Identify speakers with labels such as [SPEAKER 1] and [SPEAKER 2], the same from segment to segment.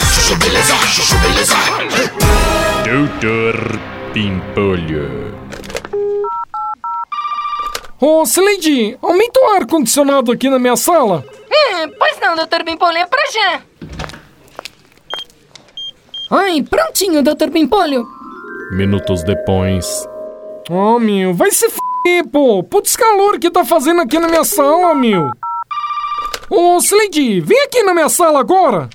[SPEAKER 1] Chuchu-beleza, chuchu-beleza.
[SPEAKER 2] Doutor Pimpolho.
[SPEAKER 3] Ô, Cileide, aumenta o ar-condicionado aqui na minha sala.
[SPEAKER 4] É, pois não, doutor Bimpolho, é pra já. Ai, prontinho, doutor Bimpolho.
[SPEAKER 2] Minutos depois.
[SPEAKER 3] Ô, meu, vai se f***, pô. Putz calor que tá fazendo aqui na minha sala, meu. Ô, Cileide, vem aqui na minha sala agora.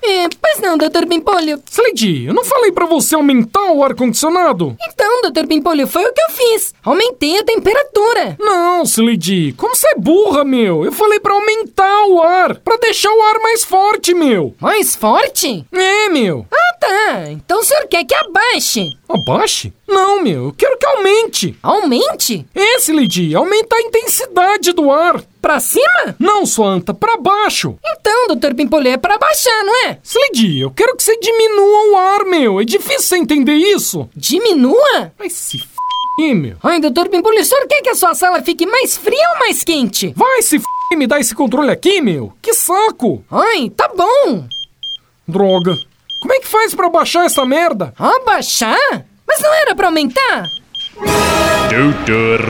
[SPEAKER 4] É, pois não, doutor Bimpolho.
[SPEAKER 3] Cileide, eu não falei pra você aumentar o ar-condicionado?
[SPEAKER 4] Então, doutor Bimpolho, foi o que eu fiz. Aumentei a temperatura.
[SPEAKER 3] Não, Cileide, como você é burra, meu. Eu falei pra aumentar o ar, pra deixar o ar mais forte, meu.
[SPEAKER 4] Mais forte?
[SPEAKER 3] É, meu.
[SPEAKER 4] Ah, tá. Então o senhor quer que abaixe?
[SPEAKER 3] Abaixe? Não, meu, eu quero que aumente.
[SPEAKER 4] Aumente?
[SPEAKER 3] É, Cileide, aumenta a intensidade do ar.
[SPEAKER 4] Pra cima?
[SPEAKER 3] Não, sua anta, pra baixo.
[SPEAKER 4] Então, doutor Bimpolho, é pra baixar, não é?
[SPEAKER 3] Slady, eu quero que você diminua o ar, meu. É difícil você entender isso.
[SPEAKER 4] Diminua?
[SPEAKER 3] Vai se f***, meu.
[SPEAKER 4] Ai, doutor Bimpolho, o senhor quer que a sua sala fique mais fria ou mais quente?
[SPEAKER 3] Vai se f***, me dá esse controle aqui, meu. Que saco.
[SPEAKER 4] Ai, tá bom.
[SPEAKER 3] Droga. Como é que faz pra baixar essa merda?
[SPEAKER 4] Abaixar? Mas não era pra aumentar?
[SPEAKER 2] Doutor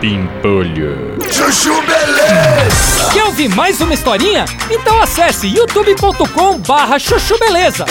[SPEAKER 2] Pimpolho.
[SPEAKER 1] Chuchu-beleza.
[SPEAKER 5] Quer ouvir mais uma historinha? Então acesse youtube.com barra chuchu beleza.